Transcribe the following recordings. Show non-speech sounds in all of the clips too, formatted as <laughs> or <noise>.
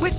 With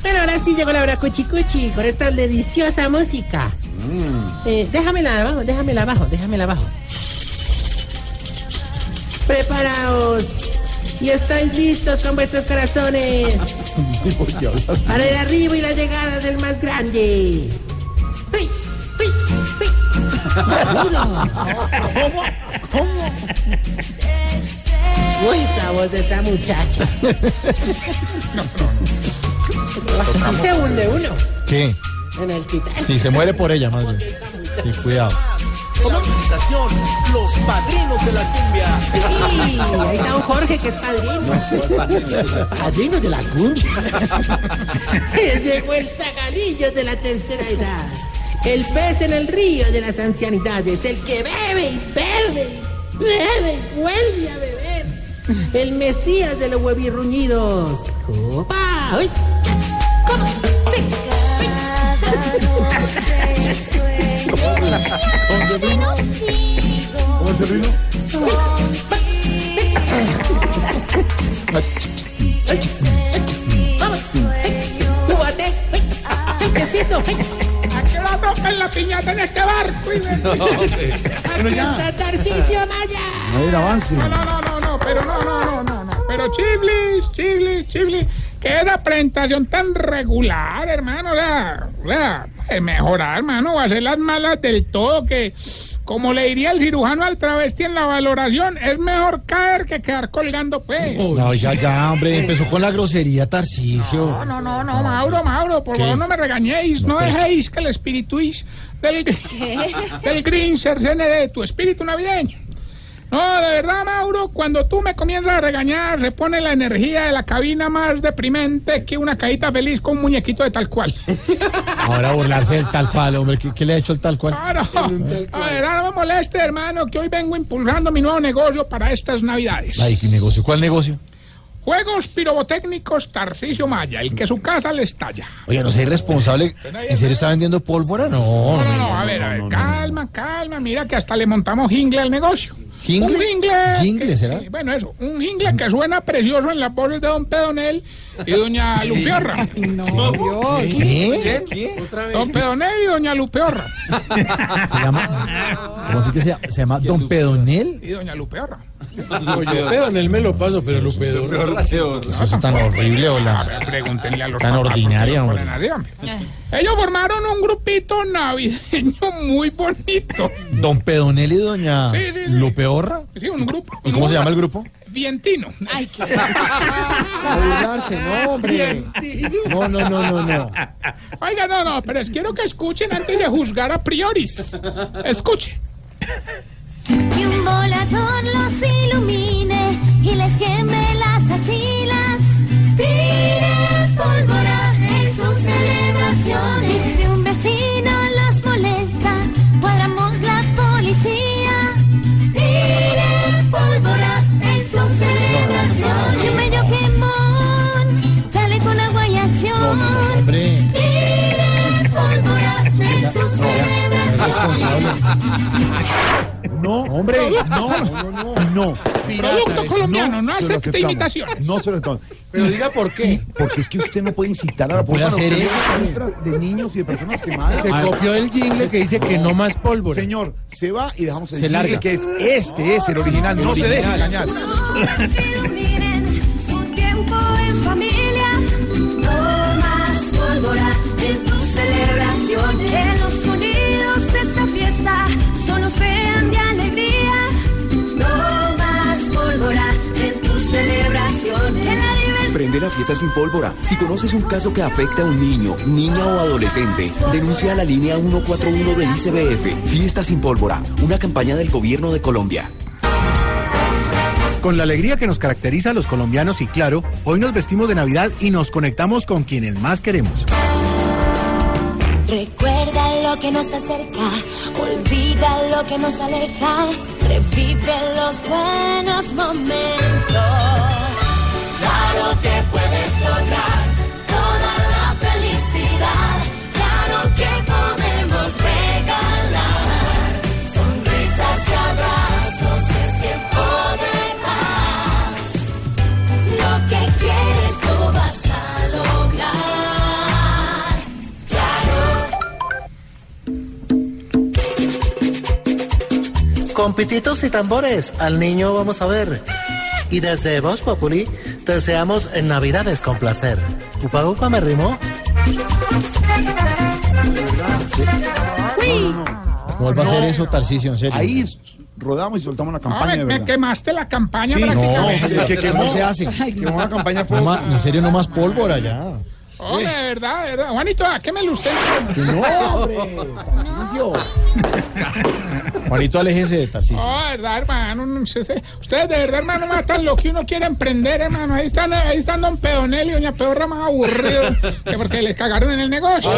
Bueno, ahora sí llegó la hora cuchicuchi con esta deliciosa música. Eh, déjamela abajo, déjamela abajo, déjamela abajo. Preparaos y estáis listos con vuestros corazones para el arribo y la llegada del más grande. ¡Uy, uy, uy! ¡Saludo! Uy, esa voz de esa muchacha. Se hunde uno ¿Qué? en el Titanic. Si se muere por ella, más bien. Sí, cuidado. de la organización Los Padrinos de la Cumbia. Sí, ahí está un Jorge que es padrino. Padrino de la <laughs> cumbia. Llegó el zagalillo de la tercera edad. El pez en el río de las ancianidades. El que bebe y bebe y bebe y vuelve a beber. El mesías de los huevirruñidos. ¡Copa! ¡Uy! ¡Copa! ¡Sí! ¡Uy! ¡Vamos! ¡Cúbate! ¡Uy! ah, ¡Uy, quesito! ¡Uy! este Aquí está Tarcicio Maya. Ahí avance. no, no, no, pero no, no, no, no, no. Pero chiblis, chiblis, chiblis. Qué era presentación tan regular, hermano. O sea, o sea, eh, mejorar, hermano, o hacer las malas del todo. Que, como le diría el cirujano al travesti en la valoración, es mejor caer que quedar colgando, pues. No, ya, ya, hombre. Empezó con la grosería, Tarcicio. No, no, no, no, Mauro, Mauro, por favor no me regañéis, no, dejéis que el espirituís del, del Green cercene de tu espíritu navideño. No, de verdad, Mauro, cuando tú me comienzas a regañar, repone la energía de la cabina más deprimente que una cajita feliz con un muñequito de tal cual. Ahora burlarse del tal cual, hombre. ¿Qué, qué le ha hecho el tal cual? No, Ah, no, de verdad, no me moleste, hermano, que hoy vengo impulsando mi nuevo negocio para estas navidades. Ay, ¿qué negocio? ¿Cuál negocio? Juegos pirobotécnicos Tarcisio Maya, el que su casa le estalla. Oye, no sea irresponsable. ¿En serio está vendiendo pólvora? No, No, no, no, a ver, a ver, calma, calma, mira que hasta le montamos jingle al negocio. ¿Jingle? Un jingle. ¿Jingle, que- será? sí, bueno, eso, un jingle que suena precioso en las voces de Don Pedonel y <laughs> Doña Lupeorra. ¿Qué? Don Pedonel y Doña Lupeorra. Se llama. ¿Cómo así que se llama? Se llama Don Pedonel. Y Doña Lupeorra. Pedonel me lo paso, pero Lupedor. ¿Qué es Pues eso tan horrible, A ver, hola? pregúntenle a los Tan papás, ordinaria, porque hombre. no ponen a nadie, hombre. Ellos formaron un grupito navideño muy bonito. Don Pedonel y Doña Sí, sí, sí. Lupeorra. Sí, un grupo. ¿Y cómo se llama el grupo? Vientino. Ay, qué. burlarse, no, hombre. ah, No, no, no, no, no. Oiga, no, no, pero es quiero que escuchen antes de juzgar <laughs> a prioris. Escuche. Que un volador los ilumine y les queme las axilas. Tire pólvora en sus celebraciones. Y si un vecino los molesta, cuadramos la policía. Tire pólvora en sus celebraciones. Y un medio quemón sale con agua y acción. Hombre. Tire pólvora en sus celebraciones. No, hombre, no, no, no. Producto colombiano, no, acepta imitaciones. No se lo estamos. Pero diga por qué. Porque es que usted no puede incitar a la No puede pólvora. hacer Usted eso. ve cifras de niños y de personas quemadas. Se copió el jingle que dice que no más pólvora. Señor, se va y dejamos el Se jingle larga. que es este, es el original. No se deje engañar. Miren, un tiempo en familia, <laughs> no más pólvora en tu celebración. Que los sonidos de esta fiesta solo sean de alegría. No más pólvora en tu celebración. En la diversión. Prende la fiesta sin pólvora. Si conoces un caso que afecta a un niño, niña o adolescente, denuncia a la línea 141 del ICBF. Fiesta sin pólvora, una campaña del gobierno de Colombia. Con la alegría que nos caracteriza a los colombianos y claro, hoy nos vestimos de Navidad y nos conectamos con quienes más queremos. Recuerda lo que nos acerca, olvida lo que nos aleja, revive los buenos momentos. Claro que puedes lograr toda la felicidad, claro que podemos regalar sonrisas y abrazos, es tiempo de paz. Lo que quieres lo vas a lograr, claro. Con pititos y tambores, al niño vamos a ver. Y desde Voz Populi, deseamos Navidades con placer. Upa upa me rimó. No vuelva a hacer eso, Tarcisio, en serio. Ahí rodamos y soltamos la campaña, Ay, de me verdad. quemaste la campaña Sí, no, prácticamente. hombre, que quemó- quemó la campaña fue- en serio, no más pólvora ya. Hombre, de verdad, de verdad. Juanito, ¿a qué me usted? no, Juanito, aléjese de Tarcisio. Oh, verdad, hermano. no sé, sé. Ustedes de verdad, hermano, matan lo que uno quiere emprender, hermano. Ahí están, ahí están Don Peonel y Doña Peorra más aburridos que porque les cagaron en el negocio.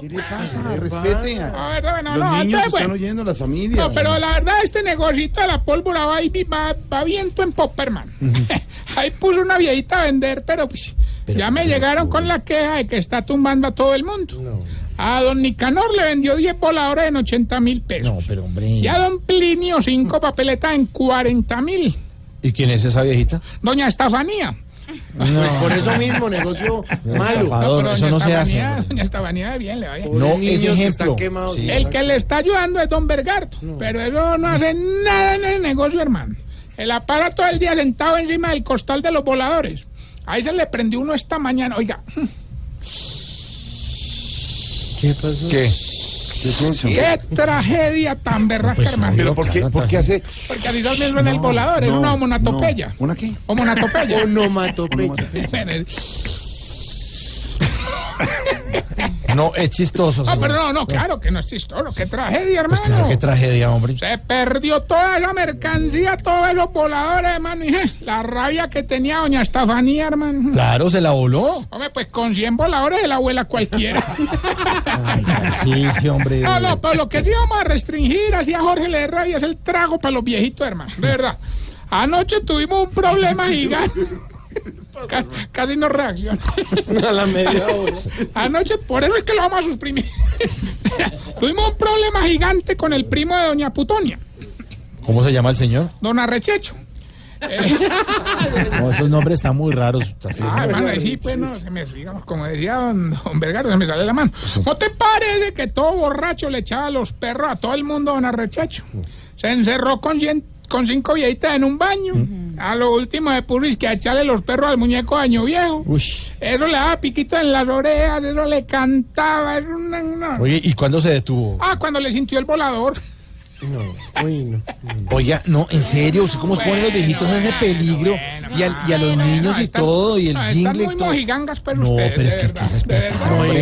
¿Qué le pasa? Respete. A ver, bueno, Los no, niños entonces, están bueno. oyendo, las familias. No, pero la verdad, este negocito de la pólvora va, y vi- va, va viento en popa, hermano. <laughs> Ahí puso una viejita a vender, pero pues ya me llegaron con la queja de que está tumbando a todo el mundo. A don Nicanor le vendió 10 voladores en 80 mil pesos. No, pero hombre. Y a don Plinio 5 papeletas en 40 mil. ¿Y quién es esa viejita? Doña Estafanía. Pues por eso mismo, <laughs> negocio Estafador, pero eso doña no se hace. Estafanía- Doña Estafanía, bien le vaya. No, es ejemplo. Sí. el que le está ayudando es don Bergardo, pero eso no hace nada en el negocio, hermano. El aparato todo el día sentado encima del costal de los voladores. Ahí se le prendió uno esta mañana. Oiga, ¿Qué pasó? ¿Qué? qué tragedia tan berraca, pues, hermano. Pero ¿por qué, por qué hace Porque así son mismo en el volador, es una homonatopeya. una qué? Homonatopeya. Oh, Onomatopeya. No, es <laughs> chistoso. No, señor. Pues pero no, no, claro que no es historia. Qué tragedia, hermano. Claro, qué tragedia, hombre. Se perdió toda la mercancía, todos los voladores, hermano. Y, eh, la rabia que tenía doña Estafanía, hermano. Claro, se la voló. Hombre, pues con 100 voladores de la abuela cualquiera. Sí, sí, <laughs> hombre. No, no, pero lo que sí vamos a restringir así a Jorge le da rabia es el trago para los viejitos, hermano. De verdad. Anoche tuvimos un problema gigante. <laughs> Ca- Casi no reacciona. A la media hora. Anoche, por eso es que lo vamos a suprimir. <laughs> Tuvimos un problema gigante con el primo de Doña Putonia, ¿Cómo se llama el señor? Don Arrechecho. No, esos nombres están muy raros. Tarcisio. Ah, hermano, ahí sí, pues no, se me, digamos, como decía don, don Vergara, se me sale la mano. ¿No te parece que todo borracho le echaba los perros a todo el mundo, don Arrechacho? Se encerró con, cien- con cinco viejitas en un baño. A lo último de Puris que a echarle los perros al muñeco año viejo. Eso le daba piquito en las orejas, eso le cantaba, era una- una- Oye, ¿y cuándo se detuvo? Ah, cuando le sintió el volador. Oiga, no, en serio, ¿usted ¿cómo ponen los viejitos a ese peligro? y, al- y a los niños y todo, y el No, están jingle muy y todo. mojigangas, pero No, ustedes, pero es de que, que verdad, de respeto. verdad. hombre,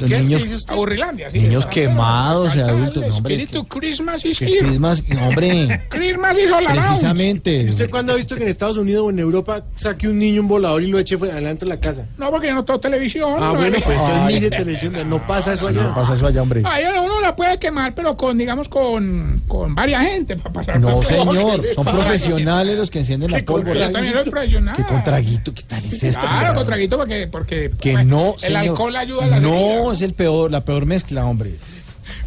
tantos niños, Aburrilandia, sí, niños exacto. quemados y adultos, no, hombre. Espíritu Christmas is Que here. Christmas, <laughs> hombre, Christmas is all around. precisamente. ¿Usted cuándo ha visto que en Estados Unidos o en Europa saque un niño un volador y lo eche fuera adelante de la casa? No, porque yo no tengo televisión. Ah, no, bueno, eh. pues entonces Ay. mire televisión, no pasa eso allá. No pasa eso allá, hombre. Ay, uno la puede quemar, pero con, digamos, con, con varias gente. Para pasar No, por todo. <laughs> señor, ¿Qué le son pasa? profesionales los que encienden la pólvora. Yo también soy profesional. Que con traguito, ¿qué tal es esto? Claro, con traguito, porque, porque Que no, el señor. alcohol ayuda a la No, es el peor, la peor mezcla, hombre.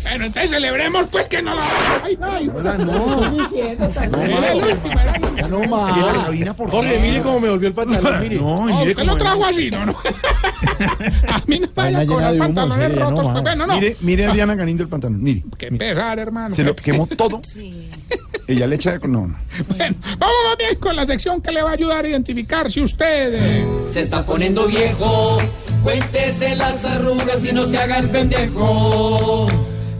Bueno, entonces celebremos, pues, que no la... Ay, ay, No, era el último, era <laughs> el último. no más. Jorge, mire cómo me volvió el <laughs> pantalón, mire. No, Oh, mire usted cómo lo es. trajo así, ¿no? no. a mí no me vaya Vaina a cobrar llena de humo, pantalones sería, no, rotos. pues, ma. bueno, no. Mire, mire a Diana Galindo el pantalón, mire. Qué pesar, hermano. Se lo qué- quemó todo. <laughs> Ella le echa de... No, no. Bueno, vamos más bien con la sección que le va a ayudar a identificar si usted... eh, Se está poniendo viejo, cuéntese las arrugas y no se haga el pendejo.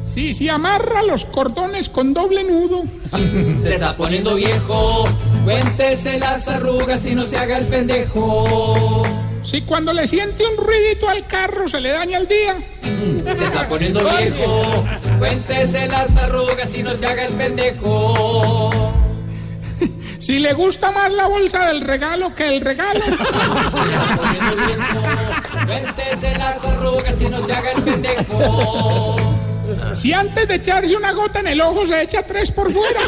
Si, si amarra los cordones con doble nudo. Se está poniendo viejo, cuéntese las arrugas y no se haga el pendejo. Si cuando le siente un ruidito al carro se le daña el día. Se está poniendo viejo, cuéntese las arrugas y no se haga el pendejo. Si le gusta más la bolsa del regalo que el regalo. Cuéntese las arrugas y no se haga el pendejo. Si antes de echarse una gota en el ojo se echa tres por fuera.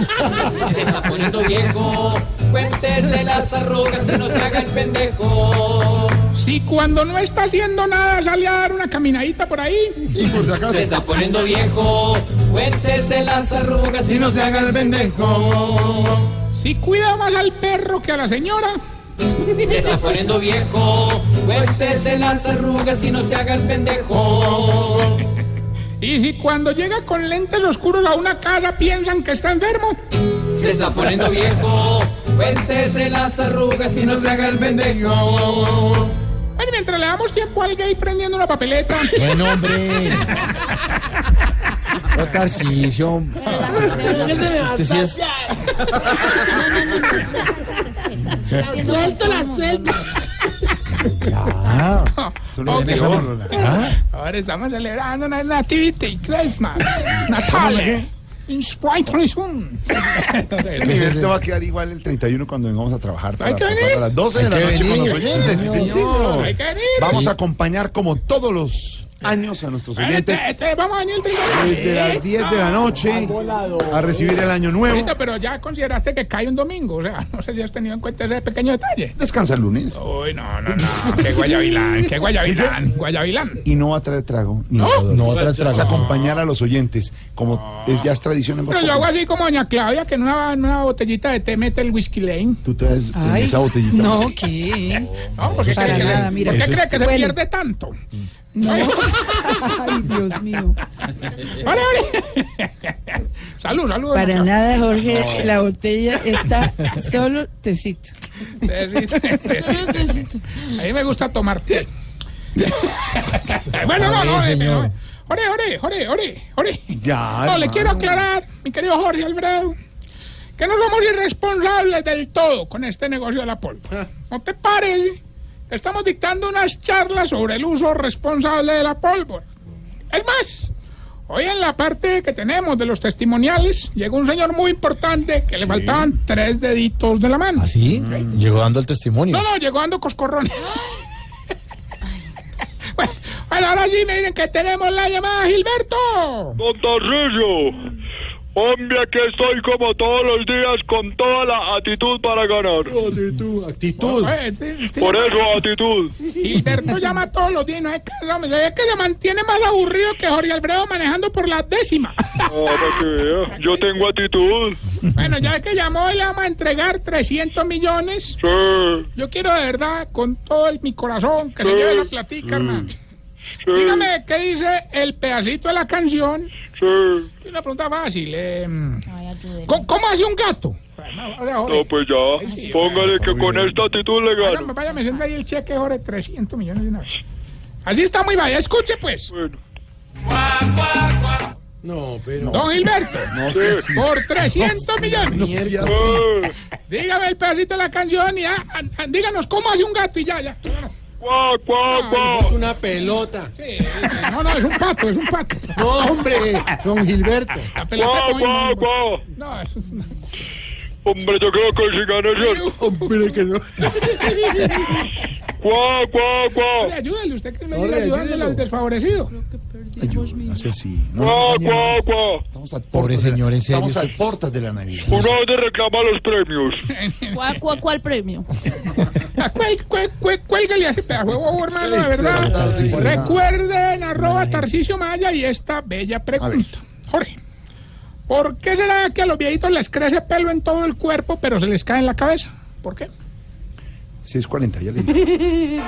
Se está poniendo viejo. Cuéntese las arrugas y no se haga el pendejo. Si cuando no está haciendo nada sale a dar una caminadita por ahí. Se está poniendo viejo. Cuéntese las arrugas y no se haga el pendejo. Si cuida más al perro que a la señora. Se está poniendo viejo. Cuéntese las arrugas y no se haga el pendejo. Y si cuando llega con lentes oscuros a una casa piensan que está enfermo. Se está poniendo viejo. Cuéntese las arrugas y no se haga el pendejo. Bueno, mientras le damos tiempo al gay prendiendo una papeleta. Bueno, hombre. No, Tarcicio. Usted sí es- Suéltala, suéltala. Ah, Ok. peor. Ah, Ahora estamos celebrando una <laughs> Nativity Christmas. Natale. In Sprite Reason. El nivel te va a quedar igual el 31 cuando vengamos a trabajar para Hay que pasar venir. a las 12 Hay de la que noche con los venir. oyentes. sí, Sí, señor. hay que venir. Vamos Sí. a acompañar como todos los años a nuestros Bueno, oyentes este- este, vamos a venir el 31. desde las 10 de la Eso. noche a recibir el año nuevo. Ahorita, pero ya consideraste que cae un domingo. O sea, <laughs> no sé si has tenido en cuenta ese pequeño detalle. Descansa el lunes. Uy, no, no, no. Qué guayabilán, qué guayabilán, <laughs> guayabilán. Y no va a traer trago. Ni No, jugadores. no va a traer Vamos trago. acompañar a los oyentes, como es ya es tradición en Voz Pero yo hago Populi. así como doña Claudia, que en una, en una botellita de té mete el whisky lane. Tú traes en Ay, esa botellita. no, Pues, ¿Qué? No, porque Para cree que, nada, mira. ¿por qué Eso es cree que se bueno. pierde tanto? No. Ay, Ay, Dios mío. ¡Vale, vale! <laughs> salud, salud. doña Para Claudia. nada, Jorge, la botella está solo tecito. Solo tecito. A mí me gusta tomar <laughs> té. bueno, no, A ver, no, eh, señor. no. Ore, ore, ore, ore, ore. Ya. No, le hermano. quiero aclarar, mi querido Jorge Albrado, que no somos irresponsables del todo con este negocio de la Ah. pólvora. No te pares, estamos dictando unas charlas sobre el uso responsable de la pólvora. Es más, hoy en la parte que tenemos de los testimoniales, llegó un señor muy importante que le faltaban tres deditos de la mano. ¿Ah, ¿Sí? Llegó dando el testimonio. No, no, llegó dando coscorrón. <laughs> bueno, bueno, ahora sí, miren que tenemos la llamada, Gilberto. Don Tarcillo, hombre que estoy como todos los días con toda la actitud para ganar. Actitud, actitud. Eh, sí, sí. Por eso, actitud. Gilberto llama todos los días, no es que, hombre, es que le mantiene más aburrido que Jorge Alfredo manejando por la décima. <laughs> Ah, para que vea, Yo tengo actitud. Bueno, ya que llamó, le vamos a entregar 300 millones. Sí. Yo quiero de verdad, con todo el- mi corazón, que se Sí. lleve la platica, Mm. hermano. Sí. Dígame qué dice el pedacito de la canción. Y Una pregunta fácil. eh, ¿cómo, cómo hace un gato? No, pues ya. Póngale que con esta actitud le Vaya, gano. vaya, me sienta ahí el cheque, Jorge, 300 millones de una vez. Así está muy vaya, escuche pues. No, pero. Don Gilberto, No sea así. por 300 No millones. Eh, sea así. Dígame el pedacito de la canción y ya, a- a- díganos cómo hace un gato y ya, ya. Es una pelota. No, no, es un pato, es un pato. No, hombre, don Gilberto. La pelota Guau, con el guau, mango. guau. No, eso es una... Hombre, yo creo que si gano yo. uh. Hombre, que no. Guau, guau, guau. Hombre, ayúdale, usted que me Hombre, viene ayudándole ayúdelo. al desfavorecido. No sé si. no Guau, nos guau, engañemos. guau. Estamos al Pobre señor, en serio. Estamos al portas de la Navidad. Una vez de reclamar los premios. ¿Cuál, premio? Cuel- cuel- cuel- Cuélguele a ese pedazo de bobo, hermano, de verdad. Tarcisio. Recuerden, arroba Tarcisio Maya y esta bella pregunta. Jorge, ¿por qué será que a los viejitos les crece pelo en todo el cuerpo, pero se les cae en la cabeza? ¿Por qué? 6.40, ya le dije.